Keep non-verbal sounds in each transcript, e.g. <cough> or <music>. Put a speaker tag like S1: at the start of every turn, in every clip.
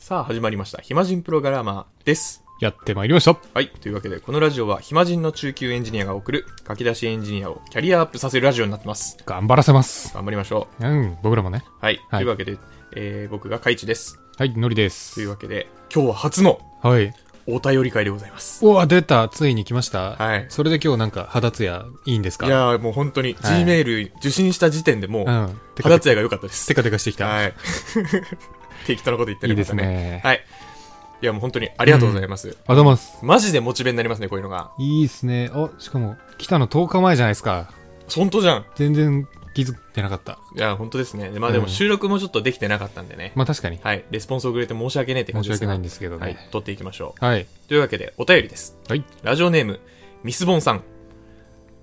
S1: さあ始まりました。暇人プログラマーです。
S2: やってまいりました。
S1: はい。というわけで、このラジオは暇人の中級エンジニアが送る書き出しエンジニアをキャリアアップさせるラジオになってます。
S2: 頑張らせます。
S1: 頑張りましょ
S2: うん、僕らもね
S1: う。。はい。
S2: はい
S1: というわけで、えー、僕がカイチです。
S2: はい、のりで
S1: とい
S2: す
S1: う。わけで、今日は初の
S2: はい。
S1: お便り会でございます。
S2: うわ、出た。ついに来ました。
S1: はい
S2: それで今日なんか、肌ツヤいいんですか
S1: いやーもう本当に、
S2: はい
S1: Gmail 受信した時点でもう、
S2: うん。テカ
S1: 肌
S2: テ
S1: ツヤが良かったです。
S2: カ、テカテカしてきた。
S1: はい。適当なこと言って
S2: い
S1: る
S2: いですね。ありが
S1: はい。いや、もう本当にありがとうございます。
S2: とうございます。
S1: マジでモチベになりますね、こういうのが。
S2: いいですね。あ、しかも、来たの10日前じゃないですか。
S1: 本当じゃん。
S2: 全然気づいてなかった。
S1: いや、本当ですね。でまあでも
S2: うん
S1: 収録もちょっとできてなかったんでね。
S2: まあ確かに。
S1: はい。レスポンス遅れて申し訳ねえって感
S2: 申
S1: じ
S2: し
S1: です
S2: 訳
S1: が
S2: ないんですけど
S1: はい
S2: ね。。
S1: 取っていきましょ
S2: はい。
S1: う。というわけで、お便りです。
S2: はい。
S1: ラジオネーム、ミスボンさん。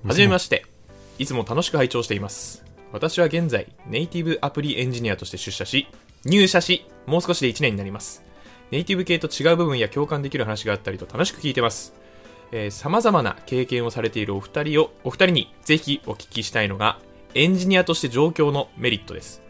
S1: はじめま
S2: し
S1: して。いつも楽しく拝聴しています。私は現在、ネイティブアプリエンジニアとして出社し、入社し、もう少しで1年になります。ネイティブ系と違う部分や共感できる話があったりと楽しく聞いてます。えー、様々な経験をされているお二人を、お二人にぜひお聞きしたいのが、エンジニアとして上京のメリットです。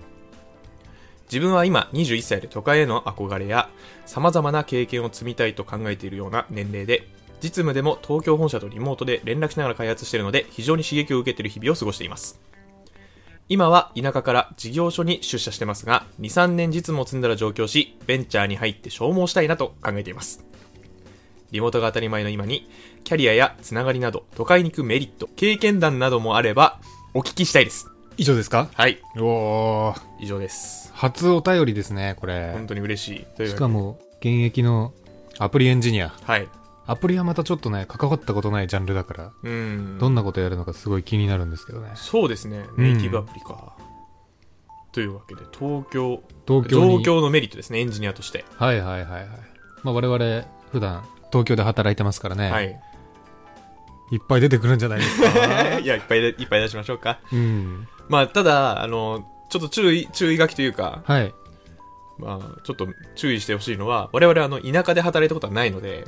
S1: 自分は今21歳で都会への憧れや様々な経験を積みたいと考えているような年齢で実務でも東京本社とリモートで連絡しながら開発しているので非常に刺激を受けている日々を過ごしています今は田舎から事業所に出社してますが23年実務を積んだら上京しベンチャーに入って消耗したいなと考えていますリモートが当たり前の今にキャリアやつながりなど都会に行くメリット経験談などもあればお聞きしたいです
S2: た。以上ですか
S1: はい
S2: おー。
S1: 以上です
S2: 初お便りですね、これ
S1: 本。当に嬉しいという
S2: しかも、現役のアプリエンジニア。
S1: はい
S2: アプリはまたちょっとね、関わったことないジャンルだから、
S1: うん
S2: どんなことやるのかすごい気になるんですけどね。
S1: そうですね
S2: うん
S1: ネイティブアプリか、というわけで東京
S2: 東京に。
S1: 上京のメリットですねエンジニアとして、
S2: はいはいはいはい。まあ我々、普段、東京で働いてますからね。。
S1: はいい
S2: っぱい出てくるんじゃないです <laughs> か。
S1: い <laughs> やいっぱいでいっぱい出しましょうか
S2: うん。
S1: まあただあのちょっと注意注意書きというか、
S2: はい。
S1: まあ、ちょっと注意してほしいのは我々あの田舎で働いたことはないので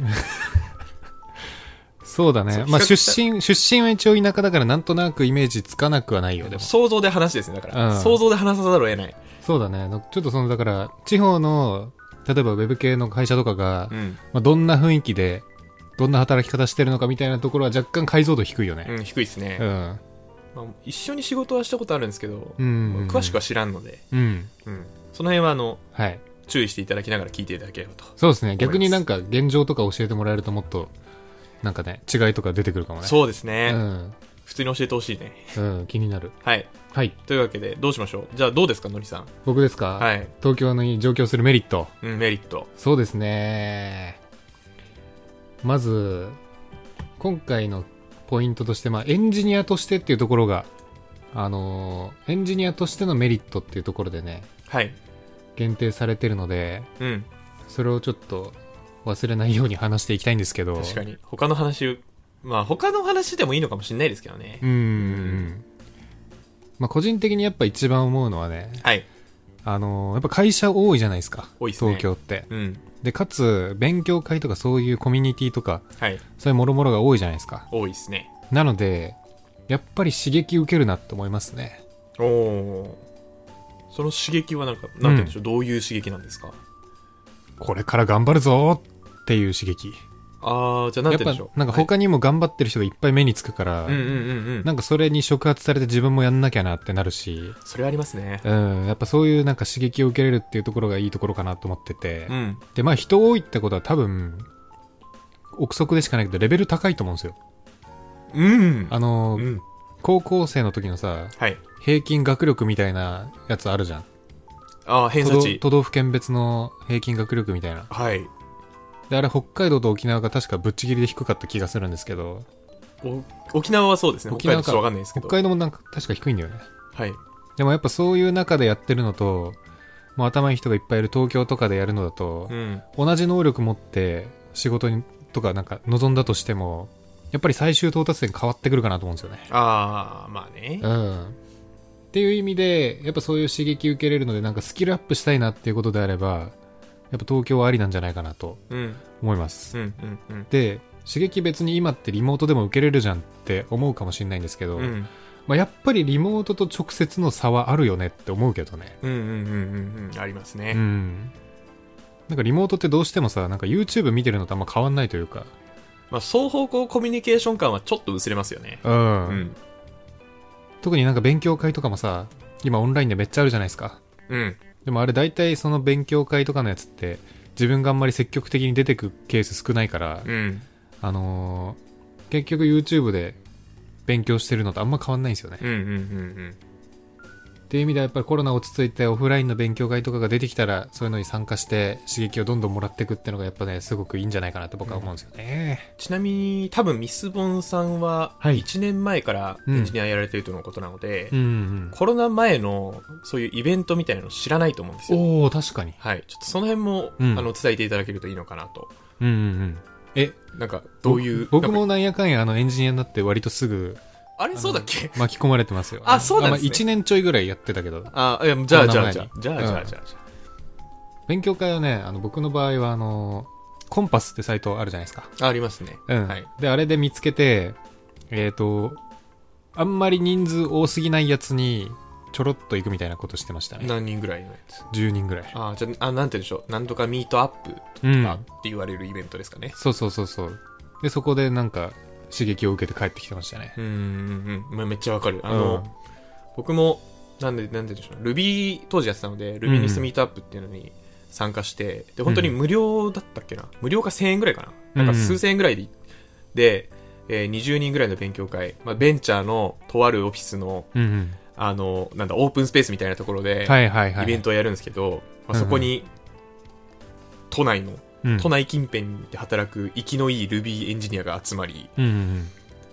S2: そうだ
S1: そう
S2: ね。まあ
S1: 比較
S2: 出
S1: した
S2: 身、出身は一応田舎だからなんとなくイメージつかなくはないよ、でも。
S1: 想像で話ですねだから、
S2: うん
S1: 想像で話さざるを得ない、
S2: そうだね。ちょっとその、だから、地方の、例えばウェブ系の会社とかが、
S1: うん
S2: まあどんな雰囲気で、どんな働き方してるのかみたいなところは若干解像度低いよね。
S1: うん、低いですね、
S2: うん。
S1: まあ、一緒に仕事はしたことあるんですけど、
S2: うん。
S1: 詳しくは知らんので、
S2: うん。
S1: うん、その辺はあの
S2: はい。
S1: 注意していただきながら聞いていただければと
S2: そうですね。
S1: ます
S2: 逆になんか現状とか教えてもらえるともっと、なんかね、違いとか出てくるかもね。
S1: そうですね、
S2: うん。
S1: 普通に教えてほしいね。
S2: うん、気になる。
S1: はい。
S2: はい。
S1: というわけで、どうしましょうじゃあどうですか、のりさん。
S2: 僕ですか
S1: はい。
S2: 東京に上京するメリット。
S1: うん、メリット。
S2: そうですね。まず、今回のポイントとして、まあ、エンジニアとしてっていうところが、あのーエンジニアとしてのメリットっていうところでね、
S1: はい。
S2: 限定されてるので、
S1: うん、
S2: それをちょっと忘れないように話していきたいんですけど。
S1: 確かに。他の話、まあ他の話でもいいのかもしれないですけどね。
S2: うんうん。まあ、個人的にやっぱ一番思うのはね、
S1: はい。
S2: あのーやっぱ会社多いじゃないですか。
S1: 多いっすね
S2: 東京って。
S1: うん。
S2: で、かつ、勉強会とかそういうコミュニティとか、
S1: はい。
S2: そういうもろもろが多いじゃないですか。
S1: 多いですね。
S2: なので、やっぱり刺激受けるなって思いますね。
S1: おお。その刺激はなんか、なんて言うんでしょう、どういう刺激なんですか
S2: これから頑張るぞーっていう刺激。
S1: あー、じゃあなん
S2: や
S1: て
S2: っ
S1: 言うんでし
S2: ぱ
S1: ょう。
S2: なんか他にも頑張ってる人がいっぱい目につくから、
S1: はい、うんうんうんうん。
S2: なんかそれに触発されて自分もやんなきゃなってなるし、
S1: それありますね。
S2: うん、やっぱそういうなんか刺激を受けれるっていうところがいいところかなと思ってて、
S1: うん。
S2: で、まあ人多いってことは多分、憶測でしかないけどレベル高いと思うんですよ。
S1: うん。
S2: あのー、
S1: うん。
S2: 高校生の時のさ、
S1: はい。
S2: 平均学力みたいなやつあるじゃん。
S1: あー、偏差
S2: 都道
S1: 値。
S2: 都道府県別の平均学力みたいな。
S1: はい。
S2: で、あれ北海道と沖縄が確かぶっちぎりで低かった気がするんですけど、
S1: お沖縄はそうですね。
S2: 沖
S1: 北海
S2: 縄
S1: 道ちょ
S2: か
S1: っとわかんないですけ
S2: 北
S1: ど。
S2: 海道もなんか確か低いんだよね。
S1: はい。
S2: でもやっぱそういう中でやってるのと、もう頭いい人がいっぱいいる東京とかでやるのだと
S1: う、ん。
S2: 同じ能力持って仕事にとかなんか望んだとしても、やっぱり最終到達点変わってくるかなと思うんですよね。
S1: あー、まあね
S2: う。ん。っていう意味で、やっぱそういう刺激受けれるので、なんかスキルアップしたいなっていうことであれば、やっぱ東京はありなんじゃないかなと
S1: うん。
S2: 思います。
S1: うんうんうん。
S2: で刺激別に今ってリモートでも受けれるじゃんって思うかもしれないんですけど、
S1: うん
S2: まあ、やっぱりリモートと直接の差はあるよねって思うけどね
S1: うんうんうんうんうんあります
S2: う
S1: ね、
S2: んなんかリモートってどうしてもさ、なんか YouTube 見てるのとあんま変わんないというか。
S1: まあ、双方向コミュニケーション感はちょっと薄れますよね。
S2: うん。
S1: うん。
S2: 特になんか勉強会とかもさ、今オンラインでめっちゃあるじゃないですか。
S1: うん。
S2: でもあれ大体その勉強会とかのやつって、自分があんまり積極的に出てくケース少ないから、
S1: うん。
S2: あのー結局 YouTube で勉強してるのとあんま変わんないんですよね。
S1: うん。うん。うん。
S2: っていう意味ではやっぱりコロナ落ち着いてオフラインの勉強会とかが出てきたらそういうのに参加して刺激をどんどんもらっていくっていうのがやっぱねすごくいいんじゃないかなって僕は思うんですよね、
S1: ちなみに、多分ミスボンさんは、
S2: はい
S1: 1年前からエンジニアやられてるとのことなので、
S2: うんうん
S1: コロナ前の、そういうイベントみたいなの知らないと思うんですよ。
S2: おお確かに
S1: はい。ちょっとその辺も、
S2: うん
S1: あの、伝えていただけるといいのかなと。
S2: うんうんうんえ
S1: なんか、どういう。
S2: 僕
S1: なんか
S2: もなんやかんやあのエンジニアになって割とすぐ
S1: あれそうだっけ
S2: 巻き込まれてますよ
S1: あそうなんですね
S2: 1年ちょいぐらいやってたけど
S1: あ、いや、じゃあ、
S2: コ
S1: じゃ
S2: ロ
S1: あ、
S2: ナ
S1: じゃあ
S2: 前に、
S1: じゃあ、じゃあ、
S2: うん
S1: じゃあじゃ
S2: 勉強会はねあの僕の場合はあのコンパスってサイトあるじゃないですか
S1: あ、ありますね。
S2: うん、
S1: はい。
S2: であれで見つけてえっ、とあんまり人数多すぎないやつにちょろっと行くみたいなことしてましたね
S1: 何人ぐらいのやつ
S2: 10人ぐらい。
S1: あ、じゃあ、あなんて言うんでしょう。なんとかミートアップと
S2: う
S1: か
S2: ん。
S1: って言われるイベントですかね。
S2: そうそうそうそう。で、そこでなんか刺激を受けて帰ってきてましたね。
S1: うん、うん、うんまあ。めっちゃわかる。あの、僕も、なんで、なんででしょう。Ruby 当時やってたので、Ruby ニスミートアップっていうのに参加して、で、本当に無料だったっけな。無料か1000円ぐらいかな。なんか数千円ぐらいで、で、えー20人ぐらいの勉強会、まあ、ベンチャーのとあるオフィスの、
S2: うん。うん
S1: あの、なんだ、オープンスペースみたいなところ
S2: う
S1: で
S2: ん。、はいはいはい。
S1: イベントをやるんですけど、まあ、そこに、都内の、
S2: うん、
S1: 都内近辺で働く生きのいい Ruby エンジニアが集まり、
S2: うんうん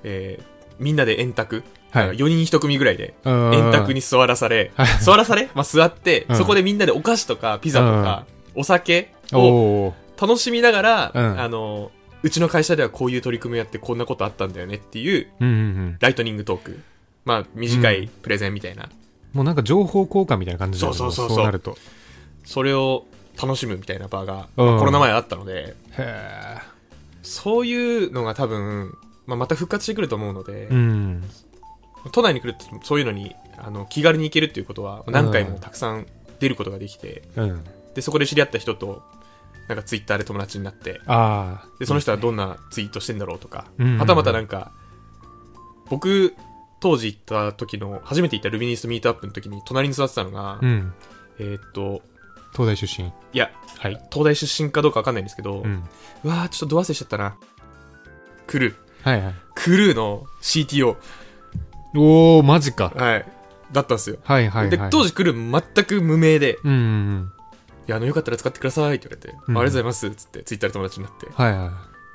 S1: えーみんなで円卓、
S2: はい
S1: 4人1組ぐらいで、
S2: うん。
S1: 円卓に座らされ、座らされ、まあ、座って、
S2: うん
S1: そこでみんなでお菓子とかピザとか、お酒
S2: うん。
S1: を
S2: おー
S1: 楽しみながら、
S2: うん
S1: あの、うちの会社ではこういう取り組みをやってこんなことあったんだよねっていう
S2: うんうんうん。
S1: ライトニングトーク。まあ、短いプレゼンみたいな。
S2: もうなんか情報交換みたいな感じだよね
S1: そうそうそうそう
S2: もそうなると。
S1: それを楽しむみたいな場が、
S2: うん
S1: まあコロナ前あったので、
S2: へ
S1: そういうのが多分、まあ、また復活してくると思うので、
S2: え。うん。
S1: 都内に来るとそういうのにあの気軽に行けるっていうことは何回もたくさん出ることができて、
S2: うん。
S1: でそこで知り合った人となんかツイッターで友達になって
S2: ああ。
S1: でその人はどんなツイートしてんだろうとか、
S2: うんうんうん
S1: はたまたなんか僕当時行った時の初めて行ったルビニストミートアップの時に隣に座ってたのが、
S2: うん。
S1: えーっと
S2: 東大出身。
S1: いや
S2: はい。
S1: 東大出身かどうかわかんないんですけど、
S2: うん。
S1: うわーちょっとド忘れしちゃったなクルー
S2: はいはい。
S1: クルーの CTO、
S2: おー、マジか。
S1: はい、だったんですよ、
S2: はいはいはい。
S1: で当
S2: 時。
S1: 時クルー全く無名で
S2: うんうんうん。
S1: いや、あの、よかったら使ってくださいって言われて、
S2: うん
S1: あありがとうございますっつって、ツイッターで友達になって、
S2: はいはい。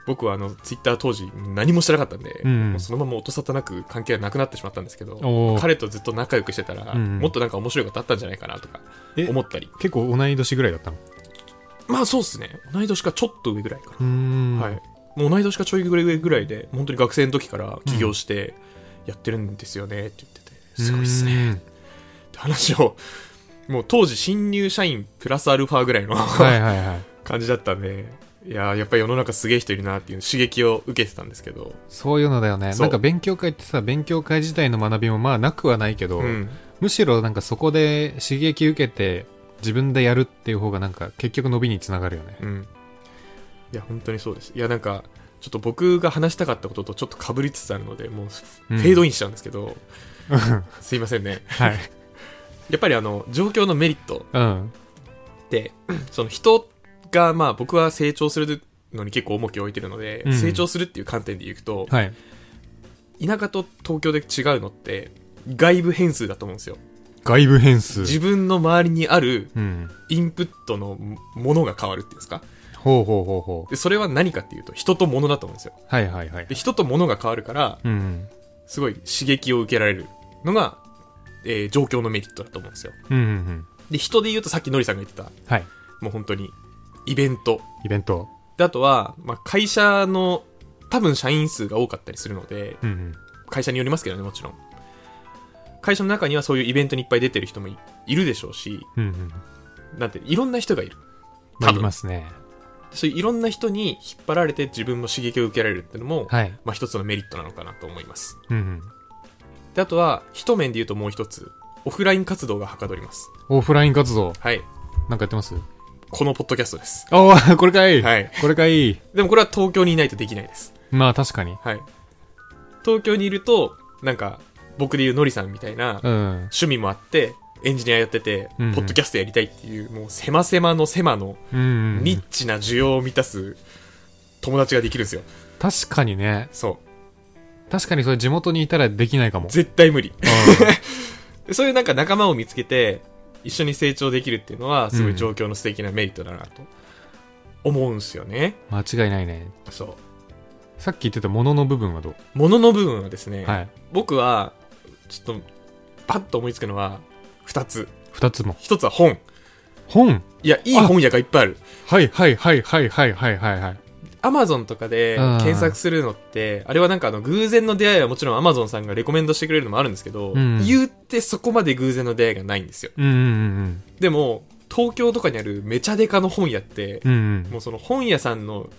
S1: 僕はあの、ツイッター当時何もしてなかったんで、
S2: うん
S1: もうそのまま音沙汰なく関係はなくなってしまったんですけど、
S2: おー。
S1: 彼とずっと仲良くしてたら、
S2: うん
S1: もっとなんか面白いことあったんじゃないかなとか
S2: え、
S1: 思ったり。
S2: 結構同い年ぐらいだったの
S1: まあそうっすね。同い年かちょっと上ぐらいかな。
S2: うーん。
S1: はい。もう同い年かちょいぐらい上ぐらいで、本当に学生の時から起業して、やってるんですよねって言ってて、すごいっすね。
S2: ね。
S1: って話を、もう当時新入社員プラスアルファぐらいの、 <laughs>
S2: はいはいはい。
S1: 感じだったんで、いやーやっぱり世の中すげえ人いるなっていう刺激を受けてたんですけど、
S2: そういうのだよね。
S1: そう
S2: なんか勉強会ってさ、勉強会自体の学びもまあなくはないけど、
S1: うん、
S2: むしろなんかそこで刺激受けて自分でやるっていう方がなんか結局伸びにつながるよね。
S1: うん。いや、本当にそうです。いや、なんか、ちょっと僕が話したかったこととちょっと被りつつあるので、もうフ
S2: うん
S1: ェードインしちゃうんですけ
S2: <laughs>
S1: ど、すいませんね。
S2: はい。
S1: <laughs> やっぱりあの、状況のメリット
S2: うん。
S1: って、 <clears throat> その人が、まあ僕は成長するのに結構重きを置いてるので、
S2: うん
S1: 成長するっていう観点でいくと、
S2: はい。
S1: 田舎と東京で違うのって、外部変数だと思うんですよ。
S2: 外部変数。
S1: 自分の周りにある
S2: うん。
S1: インプットのものが変わるっていうんですか
S2: ほうほうほうほう。
S1: でそれは何かっていうと人と物だと思うんですよ
S2: はいはいはい
S1: で。人と物が変わるから
S2: うん。
S1: すごい刺激を受けられるのが、えー状況のメリットだと思うんですよ
S2: うんうんうん。
S1: で人で言うとさっきのりさんが言ってた
S2: はい。
S1: もう本当にイベント
S2: イベント。
S1: であとは、まあ、会社の多分社員数が多かったりするので
S2: うんうん。
S1: 会社によりますけどねもちろん会社の中にはそういうイベントにいっぱい出てる人もいいるでしょうし
S2: うんうん。
S1: なんていろんな人がいる
S2: な
S1: 多
S2: り
S1: 分
S2: ますね。
S1: そういういろんな人に引っ張られて自分も刺激を受けられるっていうのも、
S2: はい。
S1: まあ、一つのメリットなのかなと思います
S2: うんうん。
S1: であとは一面で言うともう一つオフライン活動がはかどります
S2: オフライン活動。
S1: はい
S2: なんかやってます
S1: このポッドキャストです。
S2: おー <laughs> これかい、
S1: はい。
S2: これかい
S1: でもこれは東京にいないとできないです。
S2: まあ確かに。
S1: はい。東京にいると、なんか、僕で言うのりさんみたいな、
S2: うん。
S1: 趣味もあって、エンジニアやってて、
S2: うんうん
S1: ポッドキャストやりたいっていう、もう狭狭の狭の、
S2: うんうんうん。
S1: ニッチな需要を満たす友達ができるんですよ。
S2: 確かにね。
S1: そ
S2: 確かにそれ地元にいたらできないかも
S1: う。。絶対無理。
S2: うん
S1: そういうなんか仲間を見つけて、一緒に成長できるっていうのは、すごい状況の素敵なメリットだなと思うんですよね。
S2: <laughs> 間違いないね。
S1: そう。
S2: さっき言ってたものの部分はどう
S1: ものの部分はですね、
S2: はい。
S1: 僕は、ちょっと、パッと思いつくのは、二つ。
S2: 二つも。
S1: 一つは本。
S2: 本
S1: いや、いい
S2: あ
S1: 本屋がいっぱいある。
S2: はいはいはいはいはいはいはいはい。
S1: アマゾンとかで
S2: うん
S1: 検索するのって、あれはなんかあの偶然の出会いはもちろんアマゾンさんがレコメンドしてくれるのもあるんですけど、
S2: うん
S1: 言うてそこまで偶然の出会いがないんですよ。
S2: うんうん
S1: でも、東京とかにあるめちゃデカの本屋って
S2: うんう、ん。うん
S1: もうその本屋さんの、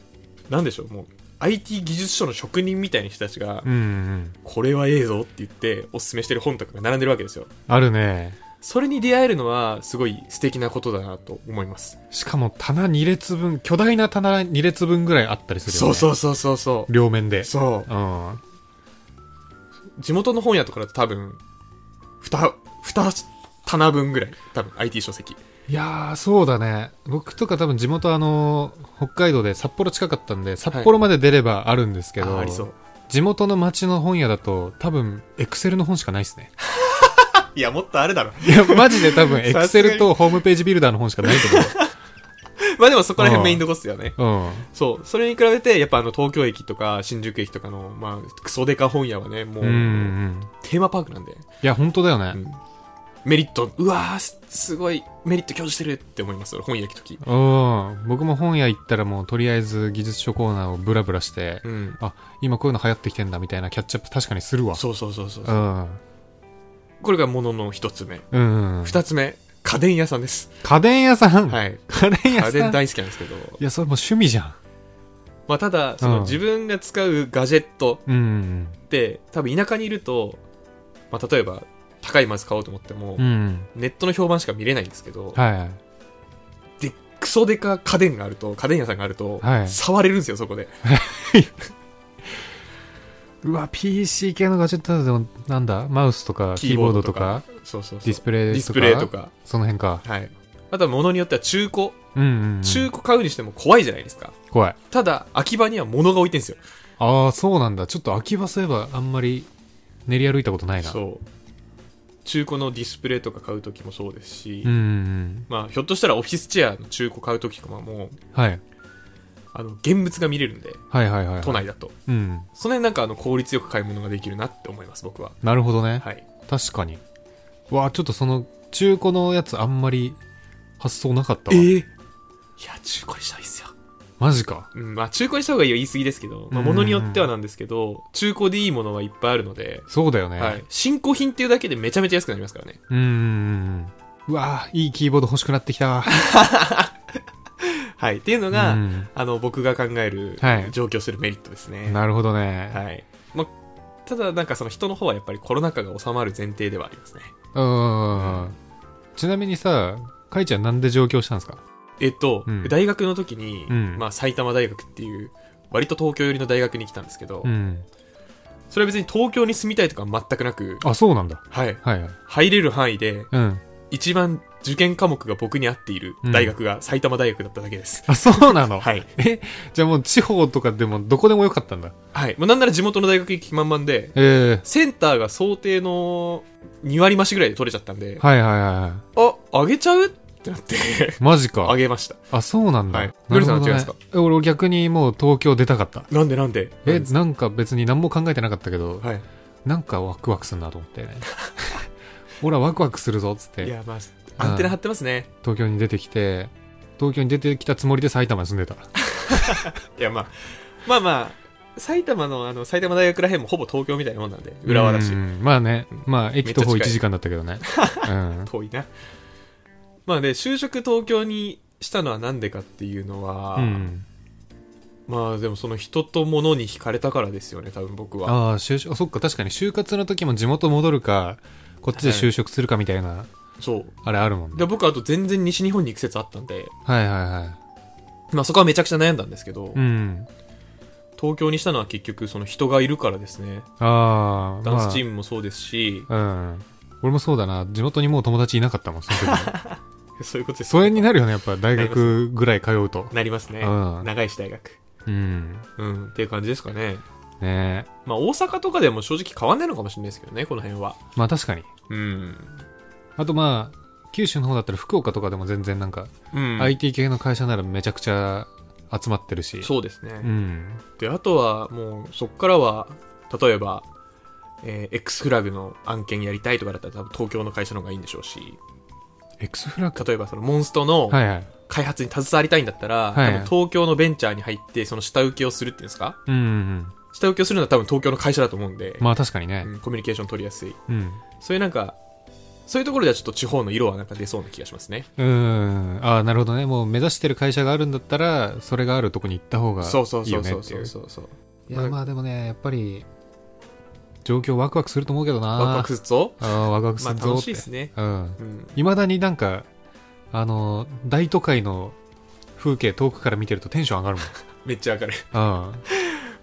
S1: なんでしょう、もう IT 技術書の職人みたいな人たちが、
S2: うん。うんうん。
S1: これはええぞって言っておすすめしてる本とかが並んでるわけですよ。
S2: あるね。
S1: それに出会えるのはすごい素敵なことだなと思います。
S2: しかも棚2列分、巨大な棚2列分ぐらいあったりするよ
S1: そ
S2: ね。
S1: うそうそうそうそう。
S2: 両面で。
S1: そう。
S2: うん。
S1: 地元の本屋とかだと多分、二、二棚分ぐらい。多分 IT 書籍。
S2: いやー、そうだね。僕とか多分地元あのー北海道で札幌近かったんで、札幌まで出ればあるんですけ
S1: あ
S2: ど、
S1: ーありそう。
S2: 地元の町の本屋だと多分、エクセルの本しかないですね。
S1: いや、もっとあれだろ。
S2: いや、マジで多分、エ
S1: さ
S2: ク
S1: す
S2: セ
S1: がに
S2: ルとホームページビルダーの本しかないと
S1: <laughs> まあでもそこら辺メインどこっすよね。
S2: 思う。
S1: そう。それに比べて、やっぱあの東京駅とか新宿駅とかの、まあ、クソデカ本屋はね、も <laughs> う、
S2: うん。うんうん。
S1: テーマパークなんで、
S2: いや、本当だよ
S1: う
S2: ね。
S1: んメリット、うわーす、すごい、メリット享受してるって思いますよ、本屋行くとき。
S2: うん。僕も本屋行ったらもう、とりあえず技術書コーナーをブラブラして、
S1: うん。
S2: あ、今こういうの流行ってきてんだみたいなキャッチアップ確かにするわ。
S1: そうそうそうそう。
S2: うん。うん
S1: これがものの一つ目。
S2: うんうん。
S1: 二つ目、家電屋さんです。
S2: 家電屋さん、
S1: はい。
S2: 家電屋
S1: 家
S2: さん
S1: 電大好きなんですけど。
S2: いや、それもう趣味じゃん。
S1: まあ、ただそうの
S2: ん
S1: 自分が使うガジェット
S2: うんうん
S1: って多分田舎にいると、まあ、例えば高いマウス買おうと思っても、
S2: うん。うん
S1: ネットの評判しか見れないんですけど、
S2: うん。はいはい。
S1: でクソデカ家電があると家電屋さんがあると、
S2: はい
S1: 触れるんですよそこで
S2: うわ、PC 系のガジェットだと、なんだマウスとか、キーボードとか、
S1: そうそうそう
S2: ディスプレイとか。
S1: ディスプレイと。か
S2: その辺か。
S1: はいあとは物によっては中古、
S2: うんうんうん。
S1: 中古買うにしても怖いじゃないですか
S2: 怖い。
S1: ただ空き場には物が置いてんですよ
S2: ああ、そうなんだ。ちょっと秋葉そういえばあんまり練り歩いたことないな。う。
S1: そう中古のディスプレイとか買う時もそうですし、
S2: うんうん
S1: まあひょっとしたらオフィスチェアの中古買う時とかも
S2: うん。はい。
S1: あの現物が見れるんで
S2: はいはいはいはい。
S1: 都内だと
S2: うん。
S1: その辺なんかあの効率よく買い物ができるなって思います僕は
S2: なるほどね。
S1: はい
S2: 確かに。うわあ、ちょっとその、中古のやつあんまり発想なかったわ。
S1: えいや中古にした方がいいっすよ、
S2: マジか。
S1: うん、まあ中古にした方がいいは言い過ぎですけど、まあ、
S2: うん
S1: 物によってはなんですけど中古でいいものはいっぱいあるので、
S2: そうだよね。
S1: はい、新古品っていうだけでめちゃめちゃ安くなりますからね
S2: うんうんうん。うわあ、いいキーボード欲しくなってきた。
S1: はいっていうのが、
S2: うん。
S1: あの僕が考える
S2: はい
S1: 上京するメリットですね
S2: なるほどね。
S1: はい、まあただなんかその人の方はやっぱりコロナ禍が収まる前提ではありますね
S2: うん。ちなみにさ、かいちゃんなんで上京したんですか
S1: えっと、
S2: うん
S1: 大学の時に、
S2: うん
S1: まあ、埼玉大学っていう割と東京寄りの大学に来たんですけど、
S2: うん。
S1: それは別に東京に住みたいとかは全くなく、
S2: あ、そうなんだ。
S1: はい、
S2: はいはい。
S1: 入れる範囲で
S2: うん。
S1: 一番受験科目が僕に合っている大学が埼玉大学だっただけです。
S2: あ、そうなの
S1: はい。
S2: え、じゃあもう地方とかでもどこでもよかったんだ。
S1: はい。もうなんなら地元の大学行き満々で、
S2: ええ
S1: センターが想定の2割増しぐらいで取れちゃったんで、
S2: はいはいはいは
S1: あ、上げちゃうってな <laughs> って、
S2: い。マジ
S1: 上
S2: か。
S1: げました。
S2: あ、そうなんだ。
S1: はい
S2: なる
S1: のり
S2: ほど
S1: さんは違いますか
S2: え俺逆にもう東京出たかった。
S1: なんでなんで
S2: え、
S1: なんです
S2: なんか別に何も考えてなかったけど、
S1: はい。
S2: なんかワクワクすんなと思って
S1: <laughs>
S2: ね。俺はワクワクするぞっつっ
S1: い
S2: て、
S1: や、まあ、アンテナ張ってますね。
S2: 東京に出てきて、東京に出てきたつもりで埼玉に住んでた。
S1: いや、まあ、まあまあ、埼玉の、あの、埼玉大学らへんもほぼ東京みたいなもんなんで、浦和だし
S2: う。んまあね、まあ駅徒歩
S1: めっ
S2: 1
S1: ちゃ近い
S2: 時間だったけどね。
S1: <laughs>
S2: うん。
S1: 遠いな。まあね、就職東京にしたのはなんでかっていうのは、
S2: うん、
S1: まあでもその人と物に惹かれたからですよね、多分僕は。
S2: ああ、就職、あそっか、確かに就活の時も地元戻るか、こっちで就職するかみたいな
S1: そう
S2: あれあるもん
S1: で
S2: ね。
S1: 僕あと全然西日本に行く説あったんで、
S2: はいはいはい。
S1: まあ、そこはめちゃくちゃ悩んだんですけど、
S2: うん。
S1: 東京にしたのは結局その人がいるからですね
S2: ああ。
S1: ダンスチー
S2: ム。
S1: ムもそうですし、
S2: うん。俺もそうだな。地元にもう友達いなかったもん、その時は
S1: <laughs> そういうことです
S2: 疎遠になるよね、やっぱ大学ぐらい通うと。
S1: なりますね、
S2: うん
S1: 長いし大学
S2: うん。
S1: うんっていう感じですかね
S2: ねえ。
S1: まあ大阪とかでも正直変わんないのかもしれないですけどねこの辺は
S2: まあ確かに。
S1: うん、
S2: あとまあ、九州の方だったら福岡とかでも全然なんか、
S1: うん、
S2: IT 系の会社ならめちゃくちゃ集まってるし。
S1: そうですね、
S2: うん。
S1: であとはもうそっからは例えば、えー X フラグの案件やりたいとかだったら多分東京の会社の方がいいんでしょうし
S2: X フラッグ
S1: 例えばそのモンストの
S2: はいはい。
S1: 開発に携わりたいんだったら、
S2: はい
S1: 多分東京のベンチャーに入ってその下請けをするっていうんですか
S2: うん、うん。
S1: 下請けをするのは多分東京の会社だと思うんで、
S2: まあ確かにね
S1: う。んコミュニケーション取りやすい
S2: うん。
S1: そういうなんかそういうところではちょっと地方の色はなんか出そうな気がしますね
S2: うん。ああ、なるほどね。もう目指してる会社があるんだったら、それがあるとこに行った方がいいよ
S1: そ
S2: ね
S1: う
S2: って
S1: そ
S2: いうう。
S1: そうそうそうそうそう
S2: いや、まあでもね、やっぱり、状況ワクワクすると思うけどな。
S1: ワクワクするぞ
S2: ああワクワクす
S1: まあ
S2: るぞ
S1: 楽し
S2: っ
S1: い
S2: て。
S1: ですね
S2: う
S1: う
S2: ん。
S1: ん
S2: いまだになんか、あの、大都会の風景遠くから見てるとテンション上がる
S1: めっちゃわかる <laughs>
S2: もん。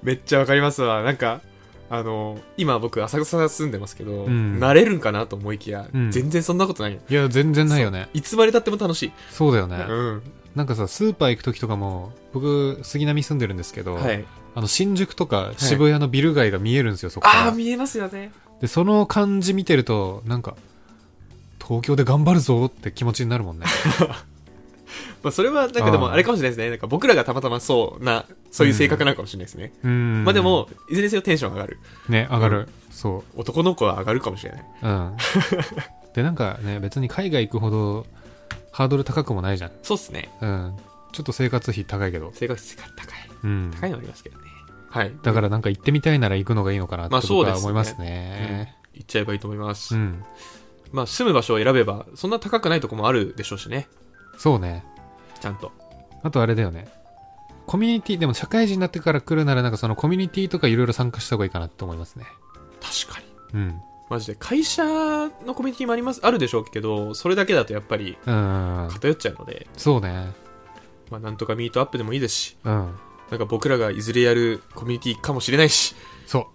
S1: めっちゃわかりますわ。なんか、あの、今僕、浅草住んでますけど、
S2: うん
S1: 慣れるんかなと思いきや、
S2: うん
S1: 全然そんなことない。
S2: うん。いや、全然ないよね。
S1: いつまでたっても楽しい。
S2: そうだよ
S1: う
S2: ね。
S1: ん。
S2: なんかさ、スーパー行く時とかも、僕、杉並住んでるんですけど、
S1: はい。
S2: あの、新宿とか渋谷のビル街が見えるんですよ、そこから。
S1: ああ、見えますよね。
S2: でその感じ見てるとなんか東京で頑張るぞって気持ちになるも
S1: <laughs>
S2: んね
S1: まあ、それは、なんかで
S2: あ
S1: も、
S2: ー
S1: あれかもしれないですね。なんか僕らがたまたまそうな、そういう性格なのかもしれないですね。
S2: うん
S1: まあでも、いずれにせよテンション上がる。
S2: ね上がる、
S1: う
S2: そ
S1: 男の子は上がるかもしれない。
S2: ううんでなんかね別に海外行くほどハードル高くもないじゃん
S1: そうっすね。
S2: うんちょっと生活費高いけど
S1: 性格性が高い。
S2: うん
S1: 高いのありますけどね。はい。
S2: だからなんか行ってみたいなら行くのがいいのかなって
S1: まあ
S2: 僕は
S1: そ
S2: 思
S1: うで
S2: いますす
S1: ね
S2: ね,、
S1: 行っちゃえばいいと思います。
S2: うん、
S1: まあ、住む場所を選べば、そんな高くないとこもあるでしょうしね。
S2: そうね
S1: ちゃんと。
S2: あとあれだよねコミュニティでも社会人になってから来るならなんかそのコミュニティとかいろいろ参加した方がいいかなって思いますね
S1: 確かに。
S2: うん
S1: マジで会社のコミュニティもありますあるでしょうけどそれだけだとやっぱり
S2: うん
S1: 偏っちゃうので、
S2: そうね
S1: まあ、なんとかミートアップでもいいですし
S2: うん
S1: なんか僕らがいずれやるコミュニティかもしれないし
S2: そ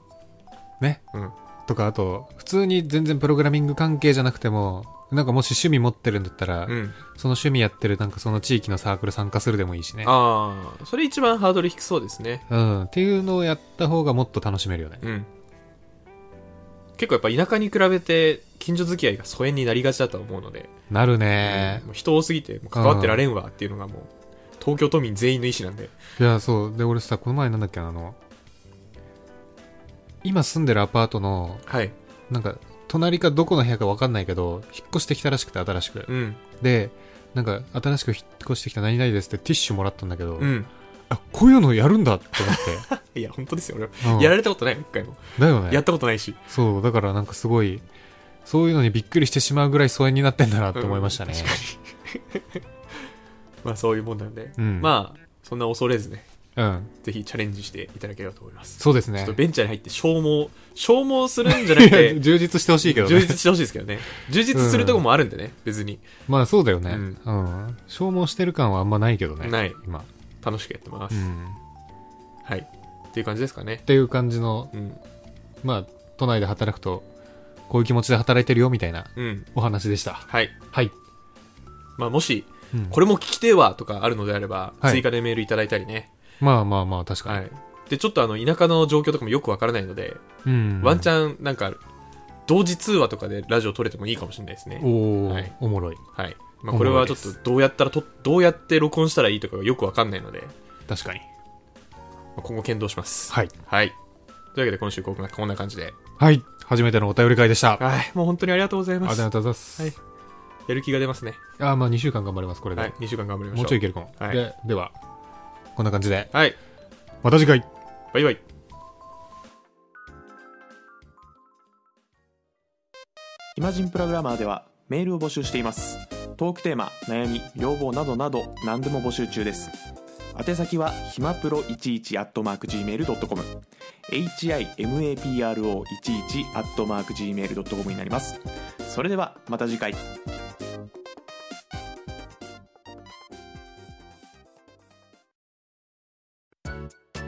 S2: う。ね。
S1: うん
S2: とか、あと、普通に全然プログラミング関係じゃなくても、なんかもし趣味持ってるんだったら、
S1: うん
S2: その趣味やってるなんかその地域のサークル参加するでもいいしね。
S1: ああそれ一番ハードル低そうですね
S2: うん。っていうのをやった方がもっと楽しめるよね。
S1: うん結構やっぱ田舎に比べて近所付き合いが疎遠になりがちだと思うので、
S2: なるね
S1: うんもう人多すぎてもう関わってられんわっていうのがもう東京都民全員の意思なんで
S2: いや、そう。で、俺さ、この前なんだっけな、あの、今住んでるアパートの、
S1: はい
S2: なんか、隣かどこの部屋かわかんないけど、引っ越してきたらしくて、新しく。
S1: うん
S2: で、なんか、新しく引っ越してきた何々ですってティッシュもらったんだけど、
S1: うん
S2: あ、こういうのやるんだって思って。
S1: いや本当ですよ俺、 <laughs>
S2: うん
S1: やられたことない一回も、
S2: だよね
S1: やったことないし
S2: そうだからなんかすごいそういうのにびっくりしてしまうぐらい疎遠になってんだなって思いましたね、
S1: うん確かにまあそういうもんなんで、
S2: うん
S1: まあそんな恐れずね
S2: うん
S1: ぜひチャレンジしていただければと思います、
S2: そうです
S1: ちょっ
S2: ね
S1: とベンチャーに入って消耗消耗するんじゃなくて
S2: 充実してほ <laughs> しいけど
S1: 充
S2: ね
S1: 実してほしいですけどね充実するとこもあるんでね、別に
S2: まあそうだよね、
S1: う
S2: うんん消耗してる感はあんまないけどね
S1: ない
S2: 今、
S1: 楽しくやってま
S2: う
S1: す、
S2: ん、っ
S1: はいっていう感じですかね
S2: ていう感じの
S1: うん
S2: まあ都内で働くとこういう気持ちで働いてるよみたいな
S1: うん
S2: お話でした
S1: はい
S2: はい、
S1: まあもし
S2: うん
S1: これも聞きてえわとかあるのであれば、
S2: はい
S1: 追加でメールいただいたりね
S2: まあまあまあ確か
S1: は
S2: に、
S1: いでちょっとあの田舎の状況とかもよくわからないので、
S2: うん
S1: ワンチ
S2: ャン
S1: ャンなんか同時通話とかでラジオ撮れてもいいかもしれないですね
S2: おお、
S1: はい
S2: おもろい
S1: はい。まあ、これはちょっとどうやったらと、どうやって録音したらいいとかがよくわかんないので、
S2: 確かに
S1: まあ今後検討します。
S2: はい
S1: はい。というわけで今週こんなこんな感じで。
S2: はい初めてのお便り会でしたあ
S1: はい。もう本当にありがとうござい
S2: り
S1: ま
S2: が
S1: す。
S2: とうございます、
S1: はいやる気が出ますね。
S2: あーまあ2週間頑張りますこれで、
S1: はい。2週間頑張りましょう。
S2: もうちょいいけるかも、
S1: はい
S2: でではこんな感じで
S1: はい。
S2: また次回
S1: バイバイ。
S3: イマジンプログラマーではメールを募集していますトークテーマ悩み要望などなど何でも募集中です宛先はひまプロ11 at mark gmail.com himapro11 at mark gmail.com になりますそれではまた次回